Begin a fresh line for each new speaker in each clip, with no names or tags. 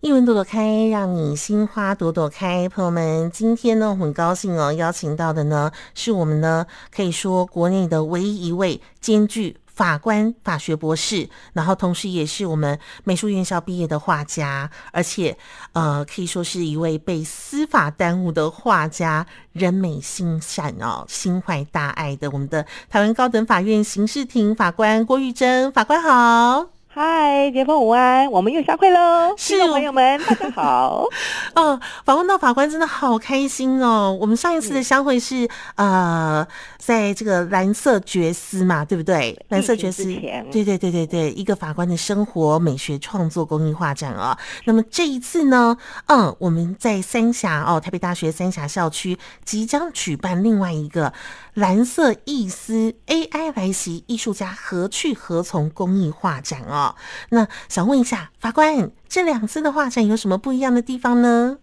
一文朵朵开，让你心花朵朵开。朋友们，今天呢，我很高兴哦，邀请到的呢，是我们呢，可以说国内的唯一一位兼具。法官、法学博士，然后同时也是我们美术院校毕业的画家，而且呃，可以说是一位被司法耽误的画家，人美心善哦，心怀大爱的我们的台湾高等法院刑事庭法官郭玉珍法官好。
嗨，杰峰午安，我们又相会喽！
是
听众朋友们，大家好。
哦，访问到法官真的好开心哦！我们上一次
嗯
的相会是、呃，在这个蓝色觉思嘛，对不对？蓝色觉思
疫情之前，
对对对对对，一个法官的生活美学创作公益画展啊、那么这一次呢，嗯，我们在三峡哦，台北大学三峡校区即将举办另外一个蓝色艺思 AI 来袭艺术家何去何从公益画展哦。那想问一下法官，这两次的画展有什么不一样的地方呢？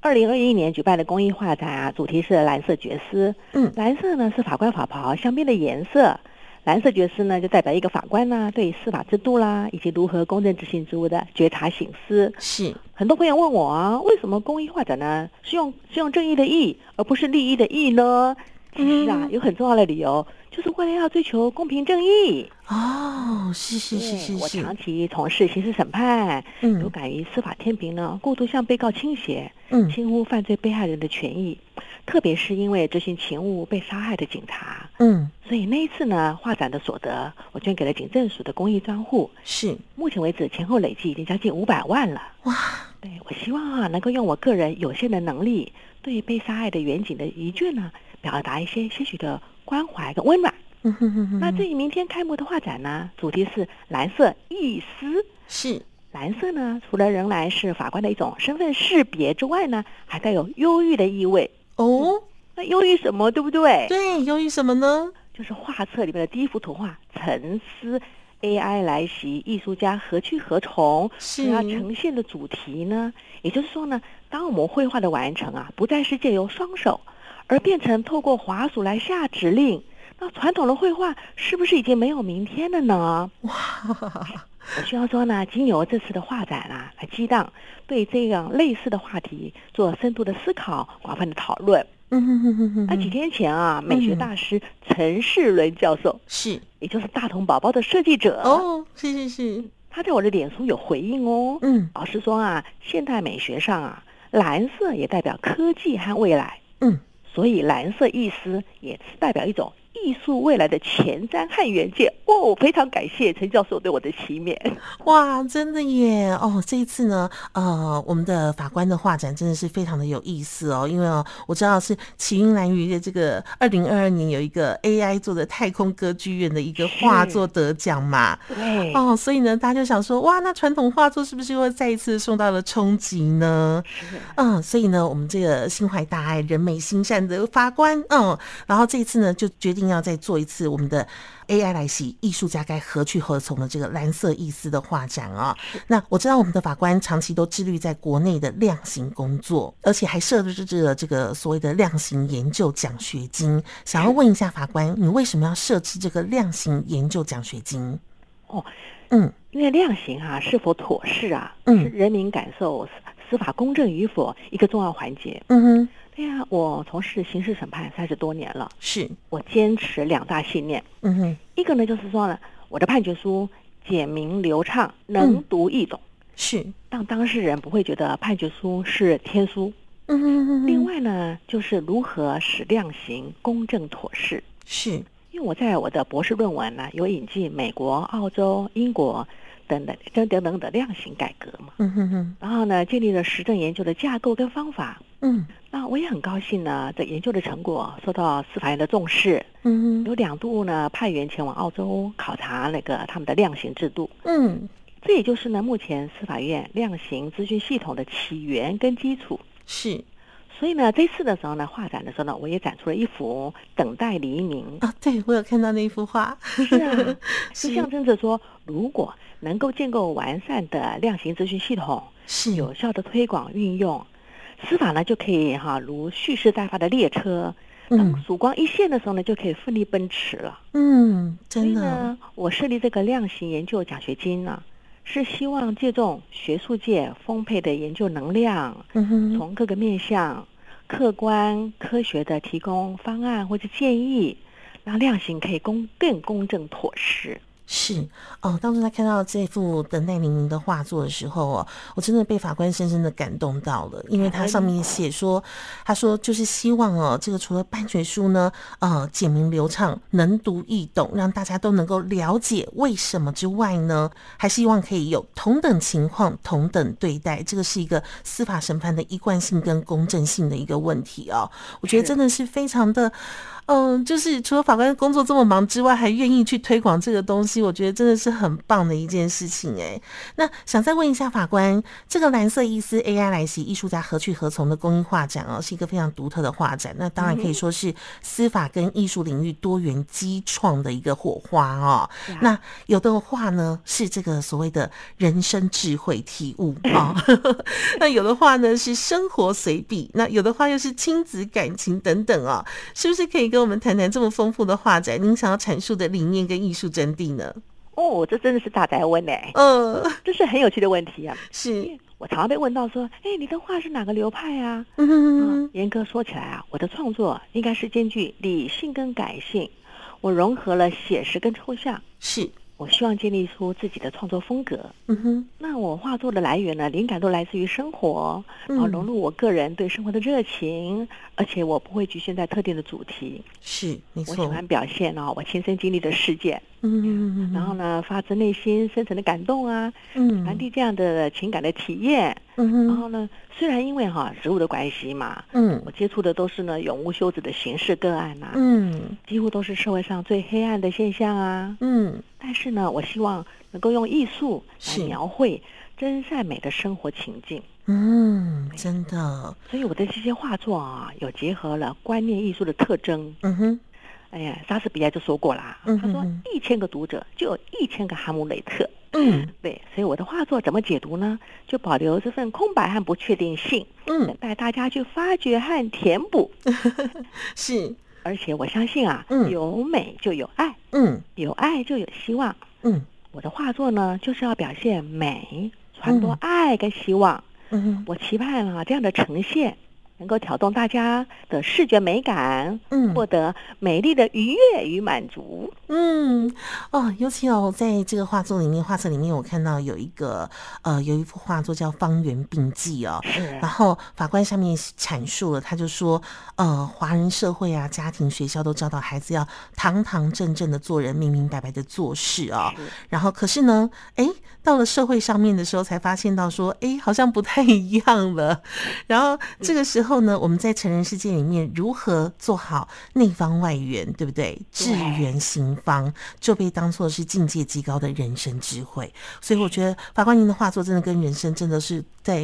二零二一年举办的公益画展啊，主题是蓝色觉思。
嗯
蓝色呢是法官法袍镶边的颜色，蓝色觉思呢就代表一个法官呢、对司法制度啦，以及如何公正执行职务的觉察醒思。
是
很多朋友问我啊，为什么公益画展呢是用是用正义的义，而不是利益的义呢？其实啊，
嗯
有很重要的理由，就是为了要追求公平正义。
哦，是是是
对
是
我
是
长，期从事刑事审判，有
嗯
感于司法天平呢，过度向被告倾斜，
嗯
轻忽犯罪被害人的权益，特别是因为执行勤务被杀害的警察。
嗯，
所以那一次呢，画展的所得我捐给了警政署的公益专户，
是
目前为止前后累计已经将近五百万了。
哇，
对我希望啊，能够用我个人有限的能力，对被杀害的远景的遗眷呢，表达一些些许的关怀跟温暖。
嗯哼哼哼
那
哼
至于明天开幕的画展呢，主题是蓝色意思。
是
蓝色呢，除了仍然是法官的一种身份识别之外呢，还带有忧郁的意味。
哦，
那忧郁什么，对不对？
对，由于什么呢？
就是画册里面的第一幅图画《沉思》，AI 来袭，艺术家何去何从？
是
所要呈现的主题呢，也就是说呢，当我们绘画的完成啊，不再是借由双手，而变成透过滑鼠来下指令。那传统的绘画是不是已经没有明天了呢？ 我需要说呢，经由这次的画展啊，来激荡对这样类似的话题做深度的思考、广泛的讨论。
嗯哼哼哼哼
那几
哼
天前啊，美学
嗯
大师陈世伦教授，
是
也就是大同宝宝的设计者，啊
哦，是是是，
他在我的脸书有回应哦。
嗯
老师说啊，现代美学上啊，蓝色也代表科技和未来，
嗯，
所以蓝色意思也是代表一种艺术未来的前瞻和远见。哦，非常感谢陈教授对我的期勉。
哇，真的耶！哦，这一次呢，呃，我们的法官的画展真的是非常的有意思哦，因为哦，我知道是齐云蓝鱼的这个二零二二年有一个 AI 做的太空歌剧院的一个画
是
作得奖嘛，
对
哦，所以呢，大家就想说，哇，那传统画作是不是又再一次受到了冲击呢？嗯，所以呢，我们这个心怀大爱、人美心善的法官，嗯，然后这一次呢，就决定要再做一次我们的 AI 来袭艺术家该何去何从的这个蓝色意思的画展啊、那我知道我们的法官长期都致力在国内的量刑工作，而且还设置了这个所谓的量刑研究奖学金。想要问一下法官，你为什么要设置这个量刑研究奖学金？
哦，
嗯，
因为量刑啊是否妥适啊，
嗯
是人民感受司司法公正与否一个重要环节。
嗯哼，
对呀、我从事刑事审判三十多年了，
是，
我坚持两大信念。
嗯哼，
一个呢，就是说呢，我的判决书简明流畅，
嗯
能读易懂，
是，
让当事人不会觉得判决书是天书。
嗯哼哼
另
哼，
外呢，就是如何使量刑公正妥适。
是，
因为我在我的博士论文呢，有引进美国、澳洲、英国等等等等等的量刑改革嘛，
嗯哼哼，
然后呢，建立了实证研究的架构跟方法。
嗯
那我也很高兴呢，这研究的成果受到司法院的重视，
嗯哼，
有两度呢派员前往澳洲考察那个他们的量刑制度。
嗯，
这也就是呢，目前司法院量刑咨询系统的起源跟基础。
是
所以呢，这次的时候呢，画展的时候呢，我也展出了一幅《等待 黎明
啊，对我有看到那幅画，》，
是啊，
是
就象征着说，如果能够建构完善的量刑咨询系统，
是
有效的推广运用，司法呢就可以哈、如蓄势待发的列车，当
嗯
曙光一现的时候呢，就可以奋力奔驰了。
嗯，真
所以
的，
呢，我设立这个量刑研究奖学金呢、是希望借重学术界丰沛的研究能量，
嗯哼，
从各个面向客观科学的提供方案或者建议，让量刑可以公更公正妥实。
是哦。当初他看到这幅等待玲玲的画作的时候哦，我真的被法官深深的感动到了，因为他上面写说，他说就是希望哦，这个除了判决书呢，呃，简明流畅、能读易懂，让大家都能够了解为什么之外呢，还希望可以有同等情况、同等对待，这个是一个司法审判的一贯性跟公正性的一个问题哦。我觉得
是
真的是非常的。嗯，就是除了法官工作这么忙之外，还愿意去推广这个东西，我觉得真的是很棒的一件事情哎。那想再问一下法官，这个蓝色意思 AI 来袭艺术家何去何从的公益画展哦，是一个非常独特的画展。那当然可以说是司法跟艺术领域多元激创的一个火花哦。
呀
那有的话呢是这个所谓的人生智慧体 悟啊， 那有的话呢是生活随笔，那有的话又是亲子感情等等啊、是不是可以跟我们谈谈这么丰富的画展？您想要阐述的理念跟艺术真谛呢？
哦，这真的是大宅问哎，
呃，
这是很有趣的问题啊。
是，
我常常被问到说，哎，你的画是哪个流派啊？
嗯
嗯，，严格说起来啊，我的创作应该是兼具理性跟感性，我融合了写实跟抽象。
是，
我希望建立出自己的创作风格。
嗯哼，
那我画作的来源呢，灵感都来自于生活，然后
嗯
啊融入我个人对生活的热情，而且我不会局限在特定的主题。
是，没
我喜
错，
欢表现哦，我亲身经历的事件，
嗯
然后呢，发自内心深层的感动啊，
嗯
传递这样的情感的体验。
嗯
然
哼，
后呢，虽然因为哈、职务的关系嘛，
嗯
我接触的都是呢永无休止的刑事个案呐、
嗯
几乎都是社会上最黑暗的现象啊。
嗯，
但是呢，我希望能够用艺术来
是
描绘真善美的生活情境。
嗯，真的，
所以我的这些画作啊，有结合了观念艺术的特征。
嗯哼，
哎呀，莎士比亚就说过啦，
嗯
他说
嗯
一千个读者就有一千个哈姆雷特。
嗯
对，所以我的画作怎么解读呢？就保留这份空白和不确定性，等
嗯，
待大家去发掘和填补。
是，
而且我相信啊，
嗯
有美就有爱，
嗯
有爱就有希望。
嗯
我的画作呢，就是要表现美，传播
嗯
爱跟希望。
嗯哼，
我期盼啊，这样的呈现能够挑动大家的视觉美感，
嗯
获得美丽的愉悦与满足。
嗯，哦，尤其哦，在这个画作里面，画册里面，我看到有一个呃，有一幅画作叫《方圆并济》哦。
是
然后法官上面阐述了，他就说，呃，华人社会啊，家庭、学校都教导孩子要堂堂正正的做人，明明白白的做事哦。然后可是呢，哎，到了社会上面的时候，才发现到说，哎，好像不太一样了。 然后这个时候呢，我们在成人世界里面如何做好内方外圆，对不对？致圆行方就被当做是境界极高的人生智慧。所以我觉得法官您的画作真的跟人生真的是在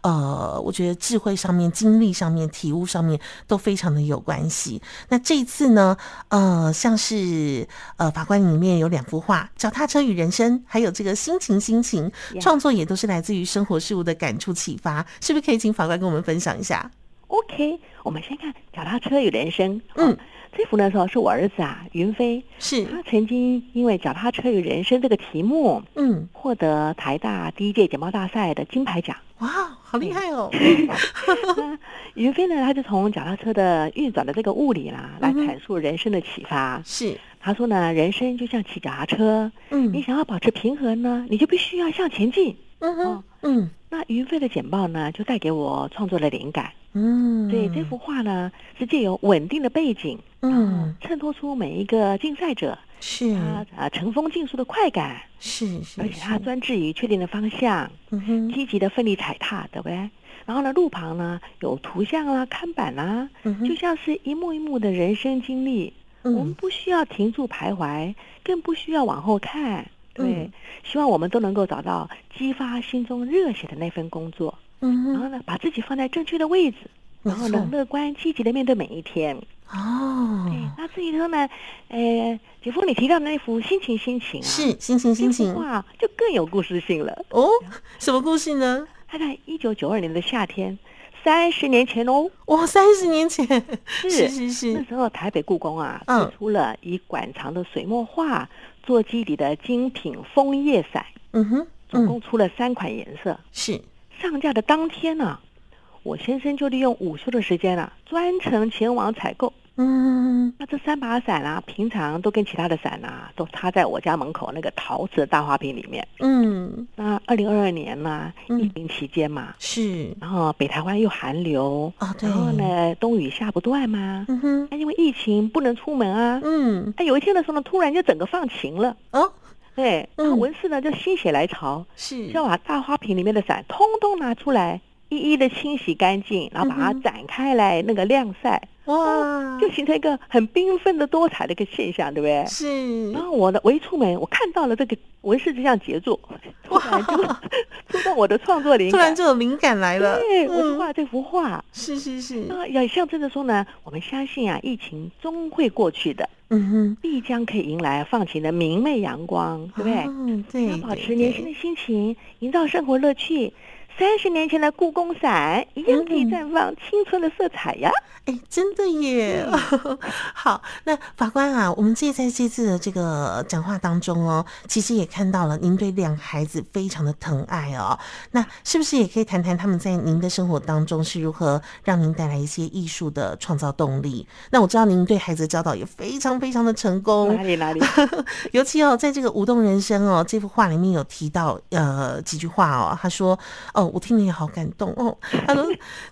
呃，我觉得智慧上面、经历上面、体悟上面都非常的有关系。那这一次呢，呃，像是呃法官里面有两幅画，《脚踏车与人生》，还有这个《心情心情》，
Yeah
创作也都是来自于生活事物的感触启发，是不是可以请法官跟我们分享一下？
OK，我们先看《脚踏车与人生》。哦
嗯，
这幅呢时候是我儿子啊，云飞，
是，
他曾经因为《脚踏车与人生》这个题目
嗯，
获得台大第一届简报大赛的金牌奖。
哇，好厉害 哦，
那云飞呢，他就从脚踏车的运转的这个物理啦，来
嗯哼
阐述人生的启发。
是，
他说呢，人生就像骑脚踏车，你
嗯
想要保持平衡呢，你就必须要向前进。
嗯哼
哦，
嗯
那云飞的简报呢，就带给我创作了灵感。
嗯，
对这幅哦画呢，是借由稳定的背景，
嗯
衬托出每一个竞赛者
是
他啊乘风竞速的快感，
是是，
而且他
是
专注于确定的方向，
嗯哼
积极的奋力踩踏，对不对？然后呢，路旁呢有图像啊、看板啊，
嗯哼
就像是一幕一幕的人生经历，我们
嗯
不需要停住徘徊，更不需要往后看。对，
嗯
希望我们都能够找到激发心中热血的那份工作，
嗯
然
哼
后呢，把自己放在正确的位置，
没
啊然后呢
错，
乐观积极的面对每一天。对
哦，
那至于说呢，呃，姐夫你提到的那幅心情心情啊，
是心情心
这
情
幅画就更有故事性了。
哦，什么故事呢？
他在一九九二年的夏天，三十年前哦，
哇，三十年前，是
是
是
那
是，
时候台北故宫啊，
嗯
推出了以馆藏的水墨画做基底的精品枫叶伞，
嗯哼，
总共出了三款颜色。
是
上架的当天呢、我先生就利用午休的时间啊，专程前往采购。
嗯
那这三把伞啊，平常都跟其他的伞啊，都插在我家门口那个陶瓷的大花瓶里面。
嗯
那二零二二年呢、
嗯
疫情期间嘛，
是
然后北台湾又寒流，
啊对
然，后呢，冬雨下不断嘛。
嗯哼
那因为疫情不能出门啊，
嗯
那有一天的时候呢，突然就整个放晴了，
哦
哎，
嗯
那文氏呢就心血来潮，
是
就把大花瓶里面的伞通通拿出来，一一的清洗干净，然后把它
嗯哼嗯
展开来那个晾晒，
哇
就形成一个很缤纷的多彩的一个现象，对不对？
是
然后我呢，我一出门，我看到了这个文氏这项杰作，突然就 触动我的创作灵
突然
感，
就有灵感来了，
对，我就
嗯
画了这幅画。
是是是，
那要象征着说呢，我们相信啊，疫情终会过去的，
嗯哼，
必将可以迎来放晴的明媚阳光，对不对？
嗯
要
对，
保
对
持年轻的心情，营造生活乐趣。三十年前的故宫伞一样可以
嗯
绽放青春的色彩呀！
哎，真的耶！好，那法官啊，我们这在这次的这个讲话当中哦，其实也看到了您对两个孩子非常的疼爱哦。那是不是也可以谈谈他们在您的生活当中是如何让您带来一些艺术的创造动力？那我知道您对孩子的教导也非常非常的成功
哪，里哪里，
尤其哦，在这个《舞动人生》哦这幅画里面有提到呃几句话哦，他说哦，我听了也好感动哦，他说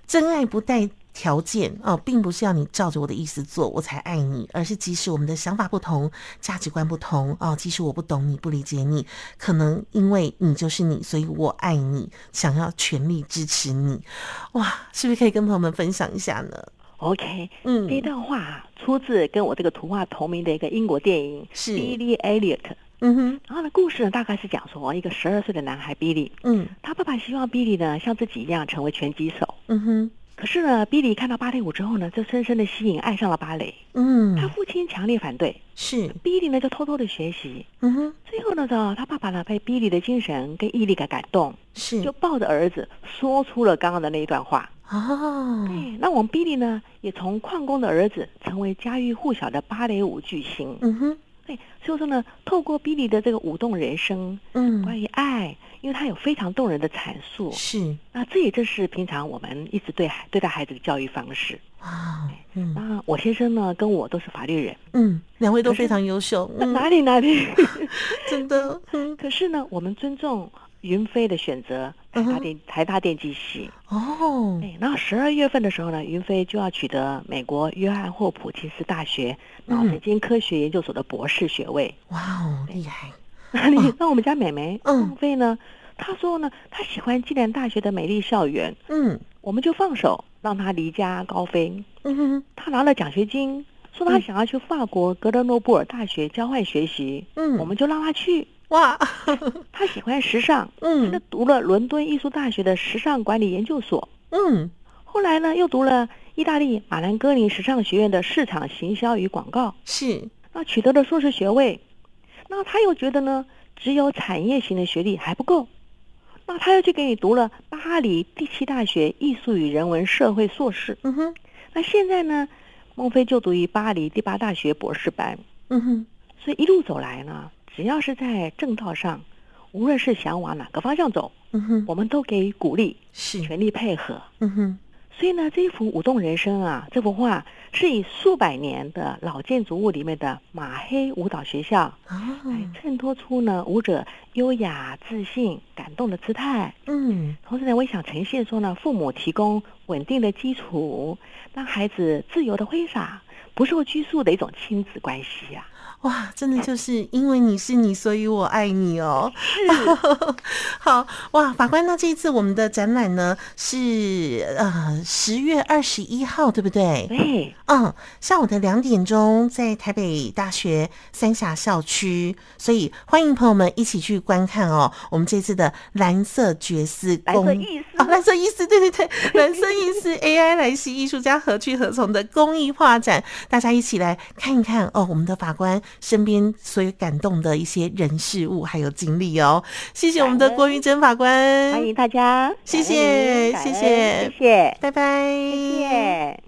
真爱不带。条件哦，并不是要你照着我的意思做我才爱你，而是即使我们的想法不同、价值观不同哦，即使我不懂你、不理解你，可能因为你就是你，所以我爱你，想要全力支持你。哇，是不是可以跟朋友们分享一下呢？
OK，
嗯，
这段话啊出自跟我这个图画同名的一个英国电影《
是，
Billy Elliot》。
嗯哼，
然后呢，故事呢大概是讲说，一个十二岁的男孩 Billy，
嗯
他爸爸希望 Billy 呢像自己一样成为拳击手。
嗯哼，
可是呢，Billy 看到芭蕾舞之后呢，就深深的吸引，爱上了芭蕾。他
嗯，
父亲强烈反对
是，
，Billy 呢就偷偷的学习。
嗯哼，
最后呢，他爸爸呢被 Billy 的精神跟毅力给感动，
是，
就抱着儿子说出了刚刚的那一段话。
哦，
哎，那我们 Billy 呢，也从矿工的儿子成为家喻户晓的芭蕾舞巨星。
嗯哼，
对，所以说呢，透过 Billy 的这个舞动人生，
嗯，
关于爱，因为他有非常动人的阐述，
是
那这也正是平常我们一直对孩对待孩子的教育方式。
哇，嗯
那我先生呢，跟我都是法律人，
嗯，两位都
可是
非常优秀，嗯，
哪里哪里。
真的，嗯，
可是呢，我们尊重云飞的选择，台
嗯
大
哼
电、台大电机系。
哦，
哎，然后十二月份的时候呢，云飞就要取得美国约翰霍普金斯大学
嗯
脑神经科学研究所的博士学位。
哇哦，厉害，
那我们家美眉
嗯
浪飞呢，她说呢，她喜欢暨南大学的美丽校园，
嗯
我们就放手让她离家高飞。
嗯哼
她拿了奖学金，说她
嗯
想要去法国格勒诺布尔大学交换学习，
嗯，
我们就让她去。
哇，
她喜欢时尚，她
嗯
读了伦敦艺术大学的时尚管理研究所，
嗯，
后来呢，又读了意大利马兰戈林时尚学院的市场行销与广告，
是，
那取得了硕士学位。那他又觉得呢，只有产业型的学历还不够，那他又去给你读了巴黎第七大学艺术与人文社会硕士。
嗯哼
那现在呢，孟非就读于巴黎第八大学博士班。
嗯哼，
所以一路走来呢，只要是在正道上，无论是想往哪个方向走，
嗯哼，
我们都给予鼓励，
是，
全力配合。
嗯哼，
所以呢，这一幅《舞动人生》啊，这幅画是以数百年的老建筑物里面的马黑舞蹈学校，来
哦，
衬托出呢舞者优雅、自信、感动的姿态。
嗯
同时呢，我也想呈现说呢，父母提供稳定的基础，让孩子自由的挥洒，不受拘束的一种亲子关系啊。
哇，真的就是因为你是你，所以我爱你哦。 好哇，法官，那这一次我们的展览呢是呃十月二十一号，对不对？
对，
嗯，下午的两点钟在台北大学三峡校区，所以欢迎朋友们一起去观看哦。我们这次的蓝色爵士
来
公
自意思
哦，蓝色意思，对对对， 蓝色意思 AI 来袭艺术家何去何从的公益画展，大家一起来看一看哦，我们的法官身边所有感动的一些人事物还有经历哦。谢谢我们的
感恩
郭玉珍法官，
欢迎大家，
谢谢
感恩
谢
您
谢
感恩谢谢，
拜拜，
谢谢。